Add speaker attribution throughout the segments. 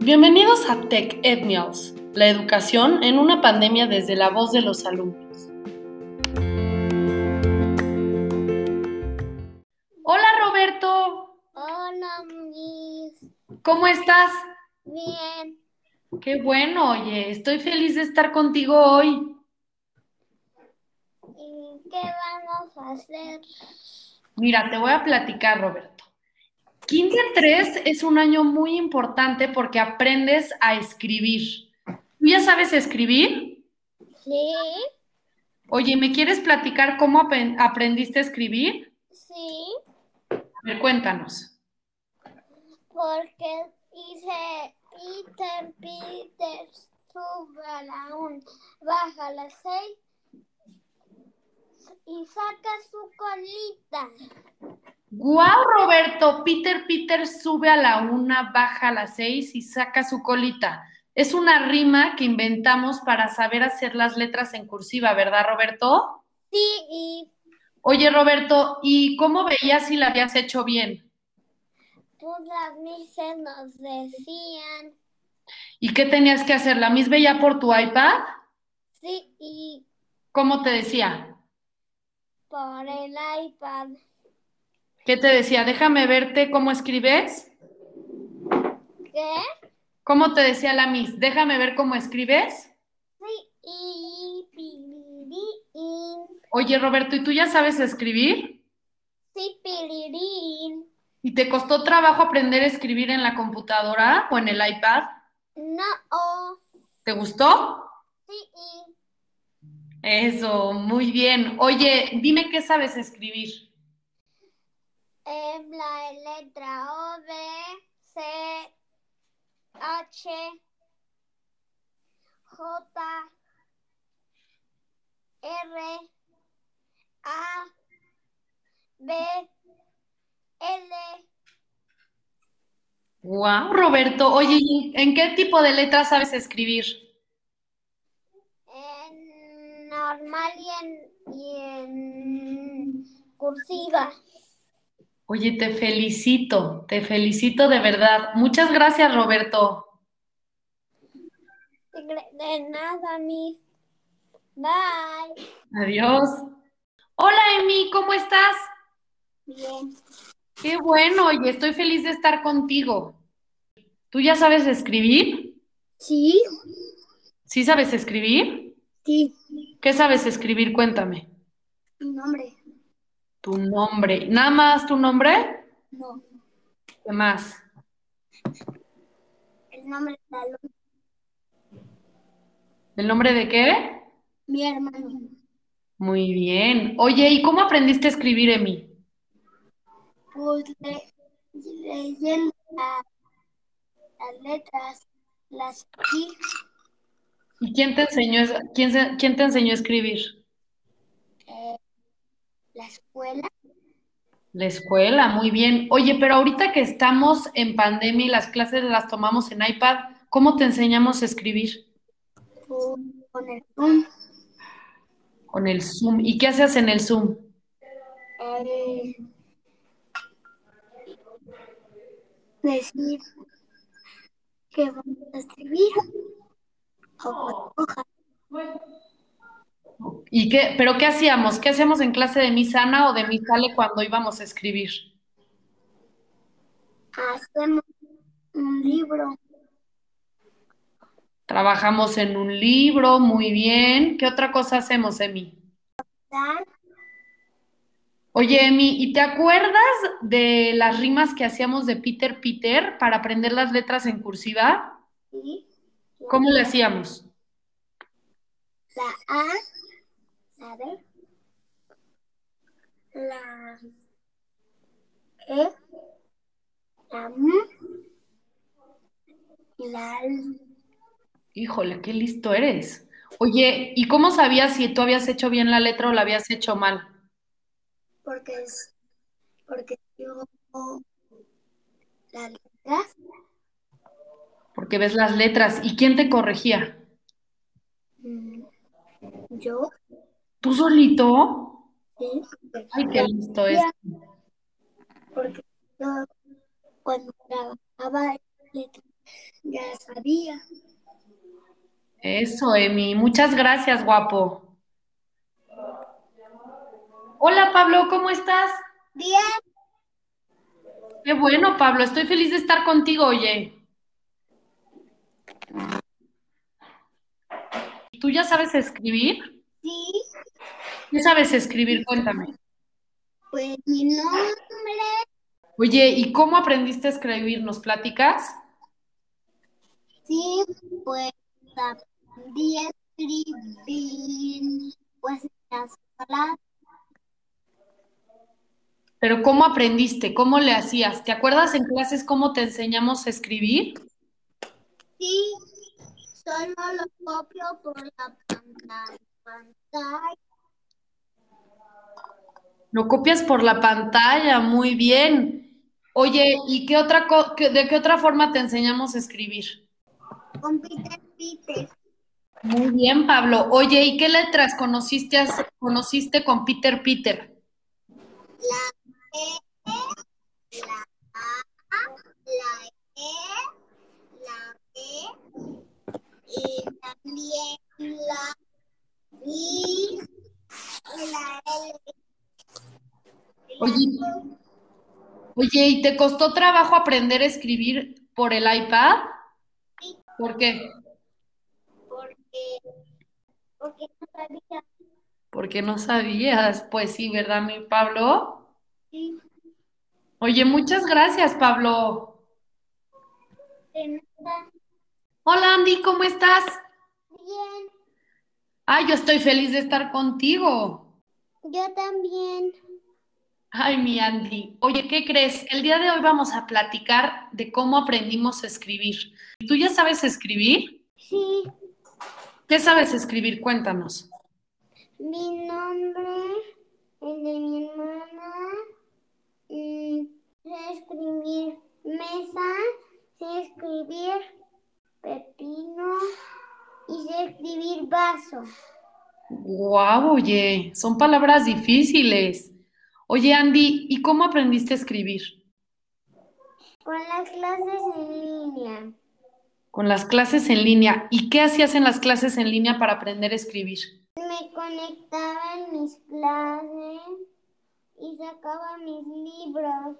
Speaker 1: Bienvenidos a Tech Ethnials, la educación en una pandemia desde la voz de los alumnos. Hola Roberto,
Speaker 2: Hola, Luis.
Speaker 1: ¿cómo estás?
Speaker 2: Bien.
Speaker 1: Qué bueno, oye, estoy feliz de estar contigo hoy.
Speaker 2: ¿Y qué vamos a hacer?
Speaker 1: Mira, te voy a platicar, Roberto. Kinder 3 es un año muy importante porque aprendes a escribir. ¿Tú ya sabes escribir?
Speaker 2: Sí,
Speaker 1: Oye, ¿me quieres platicar cómo apen- aprendiste a escribir?
Speaker 2: sí,
Speaker 1: A ver, cuéntanos.
Speaker 2: porque hice Peter Peter sube la un, baja la seis y saca su colita.
Speaker 1: ¡Guau, Roberto! Peter Peter sube a la una, baja a las seis y saca su colita. Es una rima que inventamos para saber hacer las letras en cursiva, ¿verdad, Roberto?
Speaker 2: Sí, y
Speaker 1: Oye, Roberto, ¿y cómo veías si la habías hecho bien?
Speaker 2: pues las mises nos decían,
Speaker 1: ¿Y qué tenías que hacer? ¿La Miss veía por tu iPad?
Speaker 2: sí, y
Speaker 1: ¿Cómo te decía?
Speaker 2: por el iPad.
Speaker 1: ¿Qué te decía? Déjame verte cómo escribes.
Speaker 2: ¿Qué?
Speaker 1: ¿Cómo te decía la Miss? Déjame ver cómo escribes.
Speaker 2: Sí, y, piriri, y
Speaker 1: Oye, Roberto, ¿y tú ya sabes escribir?
Speaker 2: Sí, pirirín.
Speaker 1: ¿Y te costó trabajo aprender a escribir en la computadora o en el iPad?
Speaker 2: No, oh,
Speaker 1: ¿Te gustó?
Speaker 2: sí, y
Speaker 1: Eso, muy bien. Oye, dime qué sabes escribir.
Speaker 2: em, la letra O, B, C, H, J, R, A, B, L,
Speaker 1: Wow, Roberto. Oye, ¿y ¿en qué tipo de letras sabes escribir?
Speaker 2: en normal y en, y en cursiva.
Speaker 1: Oye, te felicito, te felicito de verdad. Muchas gracias, Roberto.
Speaker 2: De nada, mis. Bye.
Speaker 1: Adiós. Hola, Emi, ¿cómo estás?
Speaker 2: Bien.
Speaker 1: Qué bueno, oye, estoy feliz de estar contigo. ¿Tú ya sabes escribir?
Speaker 2: Sí,
Speaker 1: ¿Sí sabes escribir?
Speaker 2: sí,
Speaker 1: ¿Qué sabes escribir? Cuéntame.
Speaker 2: mi nombre.
Speaker 1: Tu nombre. ¿Nada más tu nombre?
Speaker 2: No,
Speaker 1: ¿Qué más?
Speaker 2: el nombre de la luna.
Speaker 1: ¿El nombre de qué?
Speaker 2: Mi hermano.
Speaker 1: Muy bien. Oye, ¿y cómo aprendiste a escribir, Emi?
Speaker 2: Pues le- leyendo la- las letras, las sí,
Speaker 1: ¿Y quién te enseñó, es- quién, se- quién te enseñó a escribir?
Speaker 2: eh, la escuela.
Speaker 1: La escuela, muy bien. Oye, pero ahorita que estamos en pandemia y las clases las tomamos en iPad, ¿cómo te enseñamos a escribir?
Speaker 2: pues, con el Zoom.
Speaker 1: Con el Zoom. ¿Y qué haces en el Zoom?
Speaker 2: eh, decir que vamos a escribir. O con hoja.
Speaker 1: ¿Y qué, pero qué hacíamos? ¿Qué hacíamos en clase de Miss Ana o de Miss Ale cuando íbamos a escribir?
Speaker 2: Hacemos un libro.
Speaker 1: Trabajamos en un libro, muy bien. ¿Qué otra cosa hacemos, Emi?
Speaker 2: dar
Speaker 1: Oye, Emi, ¿y te acuerdas de las rimas que hacíamos de Peter Peter para aprender las letras en cursiva?
Speaker 2: ¿sí?
Speaker 1: ¿Cómo le hacíamos?
Speaker 2: La A, la B, la E, la M y la L.
Speaker 1: Híjole, qué listo eres. Oye, ¿y cómo sabías si tú habías hecho bien la letra o la habías hecho mal?
Speaker 2: Porque es, porque yo las letras,
Speaker 1: Porque ves las letras. ¿Y quién te corregía?
Speaker 2: mm, yo,
Speaker 1: ¿Tú solito?
Speaker 2: sí, porque,
Speaker 1: Ay, qué listo es.
Speaker 2: porque yo cuando trabajaba en letras, ya sabía.
Speaker 1: Eso, Emi. Muchas gracias, guapo. Hola, Pablo, ¿cómo estás?
Speaker 2: Bien.
Speaker 1: Qué bueno, Pablo. Estoy feliz de estar contigo, oye. ¿Tú ya sabes escribir?
Speaker 2: Sí,
Speaker 1: ¿Qué sabes escribir? Cuéntame.
Speaker 2: pues mi nombre.
Speaker 1: Oye, ¿y cómo aprendiste a escribir? ¿Nos platicas?
Speaker 2: Sí, pues aprendí a escribir pues en la escuela.
Speaker 1: Pero ¿cómo aprendiste? ¿Cómo le hacías? ¿Te acuerdas en clases cómo te enseñamos a escribir?
Speaker 2: Sí, solo lo copio por la pantalla. pantalla.
Speaker 1: Lo copias por la pantalla, muy bien. Oye, ¿y qué otra co- qué- de qué otra forma te enseñamos a escribir?
Speaker 2: Con Peter Peter.
Speaker 1: Muy bien, Pablo. Oye, ¿y qué letras conociste, as- conociste con Peter Peter?
Speaker 2: E, la A, la E, la B y también la I y la L.
Speaker 1: Oye, oye, ¿y te costó trabajo aprender a escribir por el iPad? ¿Por qué?
Speaker 2: porque porque no sabía
Speaker 1: Porque no sabías. Pues sí, ¿verdad, mi Pablo?
Speaker 2: si
Speaker 1: Oye, muchas gracias, Pablo.
Speaker 2: de nada
Speaker 1: Hola, Andy, ¿cómo estás?
Speaker 2: bien
Speaker 1: Ay, yo estoy feliz de estar contigo.
Speaker 2: yo también
Speaker 1: Ay, mi Andy. Oye, ¿qué crees? El día de hoy vamos a platicar de cómo aprendimos a escribir. ¿Tú ya sabes escribir?
Speaker 2: sí
Speaker 1: ¿Qué sabes escribir? Cuéntanos.
Speaker 2: mi nombre el de mi hermana mm, sé escribir mesa sé escribir pepino y sé escribir vaso
Speaker 1: Guau, oye, son palabras difíciles. Oye, Andy, ¿y cómo aprendiste a escribir?
Speaker 2: con las clases en línea
Speaker 1: Con las clases en línea. ¿Y qué hacías en las clases en línea para aprender a escribir?
Speaker 2: Me conectaba en mis clases y sacaba mis libros.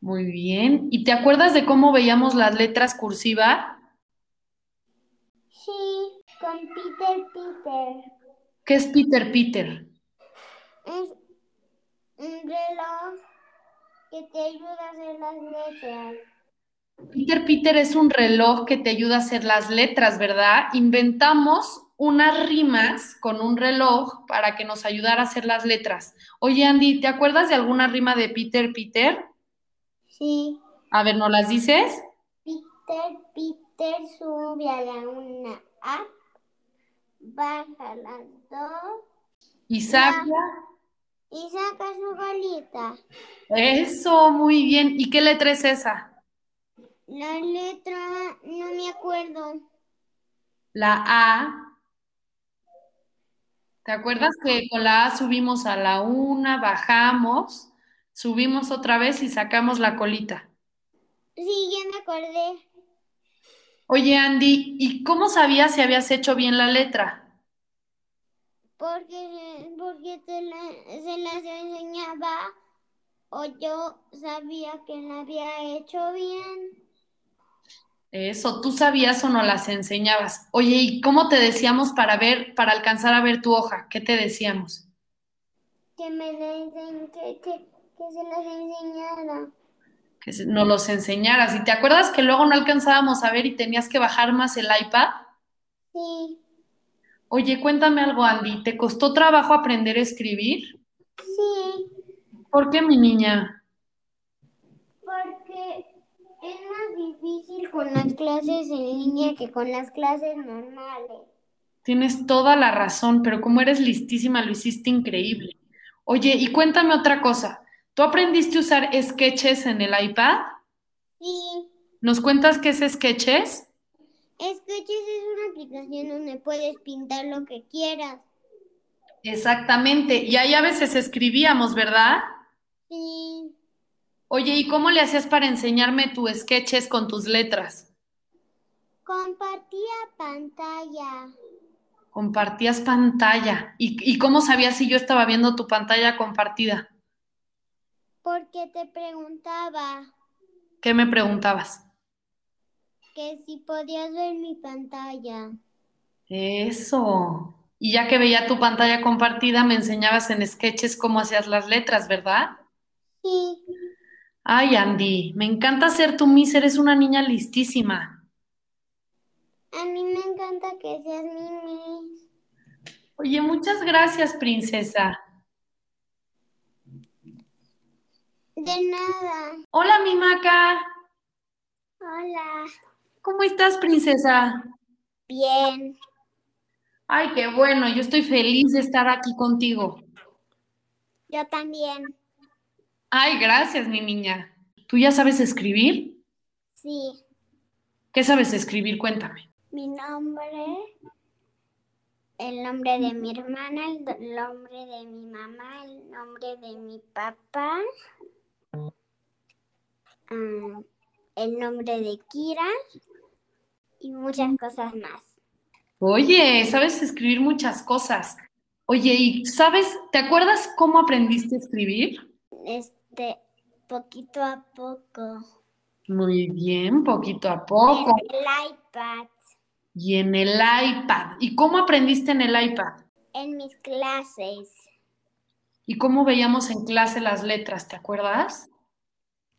Speaker 1: Muy bien. ¿Y te acuerdas de cómo veíamos las letras cursiva?
Speaker 2: Sí, con Peter Peter.
Speaker 1: ¿Qué es Peter Peter?
Speaker 2: Es un reloj que te ayuda a hacer las letras.
Speaker 1: Peter Peter es un reloj que te ayuda a hacer las letras, ¿verdad? Inventamos unas rimas con un reloj para que nos ayudara a hacer las letras. Oye, Andy, ¿te acuerdas de alguna rima de Peter Peter?
Speaker 2: Sí,
Speaker 1: A ver, ¿no las dices?
Speaker 2: Peter Peter sube a la una A, baja las dos
Speaker 1: Y saca.
Speaker 2: y saca su bolita.
Speaker 1: Eso, muy bien. ¿Y qué letra es esa?
Speaker 2: La letra no me acuerdo.
Speaker 1: La A. ¿Te acuerdas que con la A subimos a la una, bajamos, subimos otra vez y sacamos la colita?
Speaker 2: Sí, ya me acordé.
Speaker 1: Oye, Andy, ¿y cómo sabías si habías hecho bien la letra?
Speaker 2: Porque, porque te la- se las enseñaba o yo sabía que la había hecho bien.
Speaker 1: Eso, tú sabías o no las enseñabas. Oye, ¿y cómo te decíamos para ver, para alcanzar a ver tu hoja? ¿Qué te decíamos?
Speaker 2: Que me la ense- que, que, que se las enseñara.
Speaker 1: Que se- nos los enseñaras. ¿Y te acuerdas que luego no alcanzábamos a ver y tenías que bajar más el iPad?
Speaker 2: Sí,
Speaker 1: Oye, cuéntame algo, Andy. ¿Te costó trabajo aprender a escribir?
Speaker 2: sí,
Speaker 1: ¿Por qué, mi niña?
Speaker 2: porque es más difícil con las clases en línea que con las clases normales.
Speaker 1: Tienes toda la razón, pero como eres listísima, lo hiciste increíble. Oye, y cuéntame otra cosa. ¿Tú aprendiste a usar sketches en el iPad?
Speaker 2: Sí,
Speaker 1: ¿Nos cuentas qué es sketches?
Speaker 2: Sketches es una aplicación donde puedes pintar lo que quieras.
Speaker 1: Exactamente. Y ahí a veces escribíamos, ¿verdad?
Speaker 2: Sí,
Speaker 1: Oye, ¿y cómo le hacías para enseñarme tus sketches con tus letras?
Speaker 2: Compartía pantalla.
Speaker 1: Compartías pantalla. ¿Y, y cómo sabías si yo estaba viendo tu pantalla compartida?
Speaker 2: Porque te preguntaba
Speaker 1: ¿Qué me preguntabas?
Speaker 2: que si podías ver mi pantalla.
Speaker 1: Eso. Y ya que veía tu pantalla compartida, me enseñabas en sketches cómo hacías las letras, ¿verdad?
Speaker 2: Sí,
Speaker 1: Ay, Andy, me encanta ser tu Miss, eres una niña listísima.
Speaker 2: a mí me encanta que seas mi Miss.
Speaker 1: Oye, muchas gracias, princesa.
Speaker 2: De nada.
Speaker 1: Hola, mi Maca.
Speaker 2: Hola.
Speaker 1: ¿Cómo estás, princesa?
Speaker 2: Bien.
Speaker 1: Ay, qué bueno, yo estoy feliz de estar aquí contigo.
Speaker 2: Yo también.
Speaker 1: Ay, gracias, mi niña. ¿Tú ya sabes escribir?
Speaker 2: Sí.
Speaker 1: ¿Qué sabes escribir? Cuéntame.
Speaker 2: Mi nombre, el nombre de mi hermana, el do- nombre de mi mamá, el nombre de mi papá, ah, el nombre de Kira y muchas cosas más.
Speaker 1: Oye, sabes escribir muchas cosas. Oye, ¿y sabes, te acuerdas cómo aprendiste a escribir?
Speaker 2: Este, poquito a poco.
Speaker 1: Muy bien, poquito a
Speaker 2: En
Speaker 1: poco.
Speaker 2: el iPad,
Speaker 1: Y en el iPad. ¿Y cómo aprendiste en el iPad?
Speaker 2: en mis clases,
Speaker 1: ¿Y cómo veíamos en clase las letras? ¿Te acuerdas?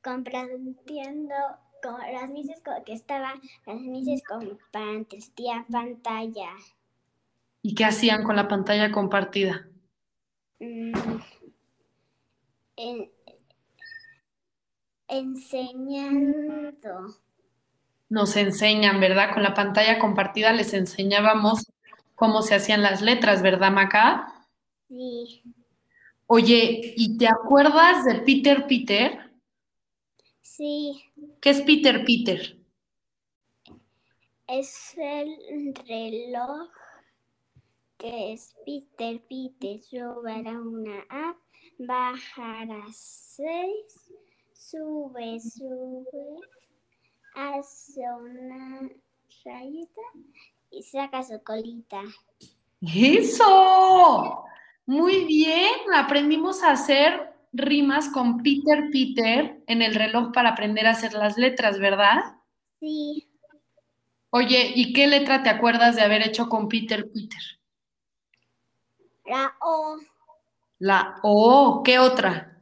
Speaker 2: compartiendo con las mises co- que estaban, las mises compartían pantalla.
Speaker 1: ¿Y qué hacían con la pantalla compartida?
Speaker 2: Mm, en- enseñando.
Speaker 1: Nos enseñan, ¿verdad? Con la pantalla compartida les enseñábamos cómo se hacían las letras, ¿verdad, Maca?
Speaker 2: Sí,
Speaker 1: Oye, ¿y te acuerdas de Peter Peter?
Speaker 2: sí,
Speaker 1: ¿Qué es Peter Peter?
Speaker 2: es el reloj que es Peter Peter. Subirá una A, bajará seis, sube, sube, hace una rayita y saca su colita.
Speaker 1: Eso. Muy bien. Aprendimos a hacer rimas con Peter Peter en el reloj para aprender a hacer las letras, ¿verdad?
Speaker 2: Sí,
Speaker 1: Oye, ¿y qué letra te acuerdas de haber hecho con Peter Peter?
Speaker 2: la O,
Speaker 1: La O, ¿qué otra?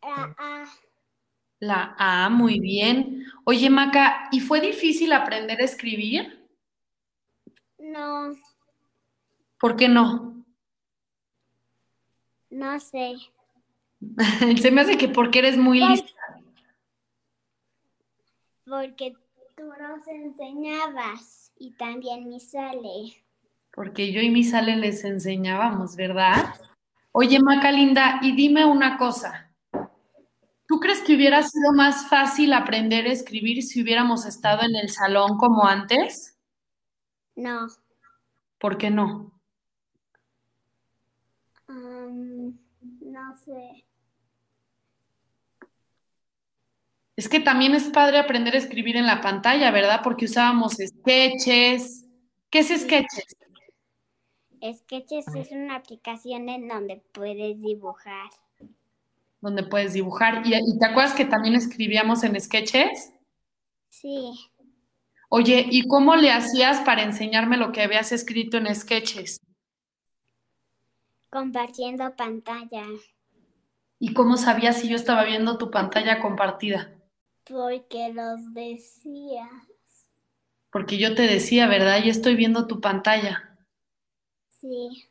Speaker 2: la A.
Speaker 1: La A, muy bien. Oye, Maca, ¿y fue difícil aprender a escribir?
Speaker 2: No,
Speaker 1: ¿Por qué no?
Speaker 2: no sé.
Speaker 1: Se me hace que porque eres muy
Speaker 2: Por-
Speaker 1: lista.
Speaker 2: Porque tú nos enseñabas y también mi sale.
Speaker 1: Porque yo y mi Sale les enseñábamos, ¿verdad? Oye, Maca linda, y dime una cosa. ¿Tú crees que hubiera sido más fácil aprender a escribir si hubiéramos estado en el salón como antes?
Speaker 2: No.
Speaker 1: ¿Por qué no?
Speaker 2: mm, no sé.
Speaker 1: Es que también es padre aprender a escribir en la pantalla, ¿verdad? Porque usábamos sketches. ¿Qué es sketches?
Speaker 2: Sketches es una aplicación en donde puedes dibujar.
Speaker 1: Donde puedes dibujar. ¿Y, y te acuerdas que también escribíamos en sketches?
Speaker 2: Sí.
Speaker 1: Oye, ¿y cómo le hacías para enseñarme lo que habías escrito en sketches?
Speaker 2: Compartiendo pantalla.
Speaker 1: ¿Y cómo sabías si yo estaba viendo tu pantalla compartida?
Speaker 2: Porque los decía.
Speaker 1: Porque yo te decía, ¿verdad? Yo estoy viendo tu pantalla.
Speaker 2: Sí.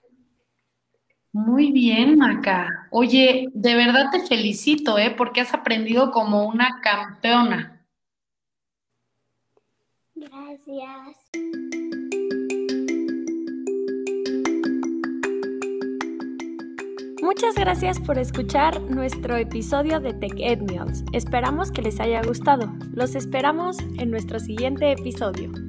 Speaker 1: Muy bien, Maca. Oye, de verdad te felicito, ¿eh? Porque has aprendido como una campeona.
Speaker 2: Gracias.
Speaker 3: Muchas gracias por escuchar nuestro episodio de Tech Ed Meals. Esperamos que les haya gustado. Los esperamos en nuestro siguiente episodio.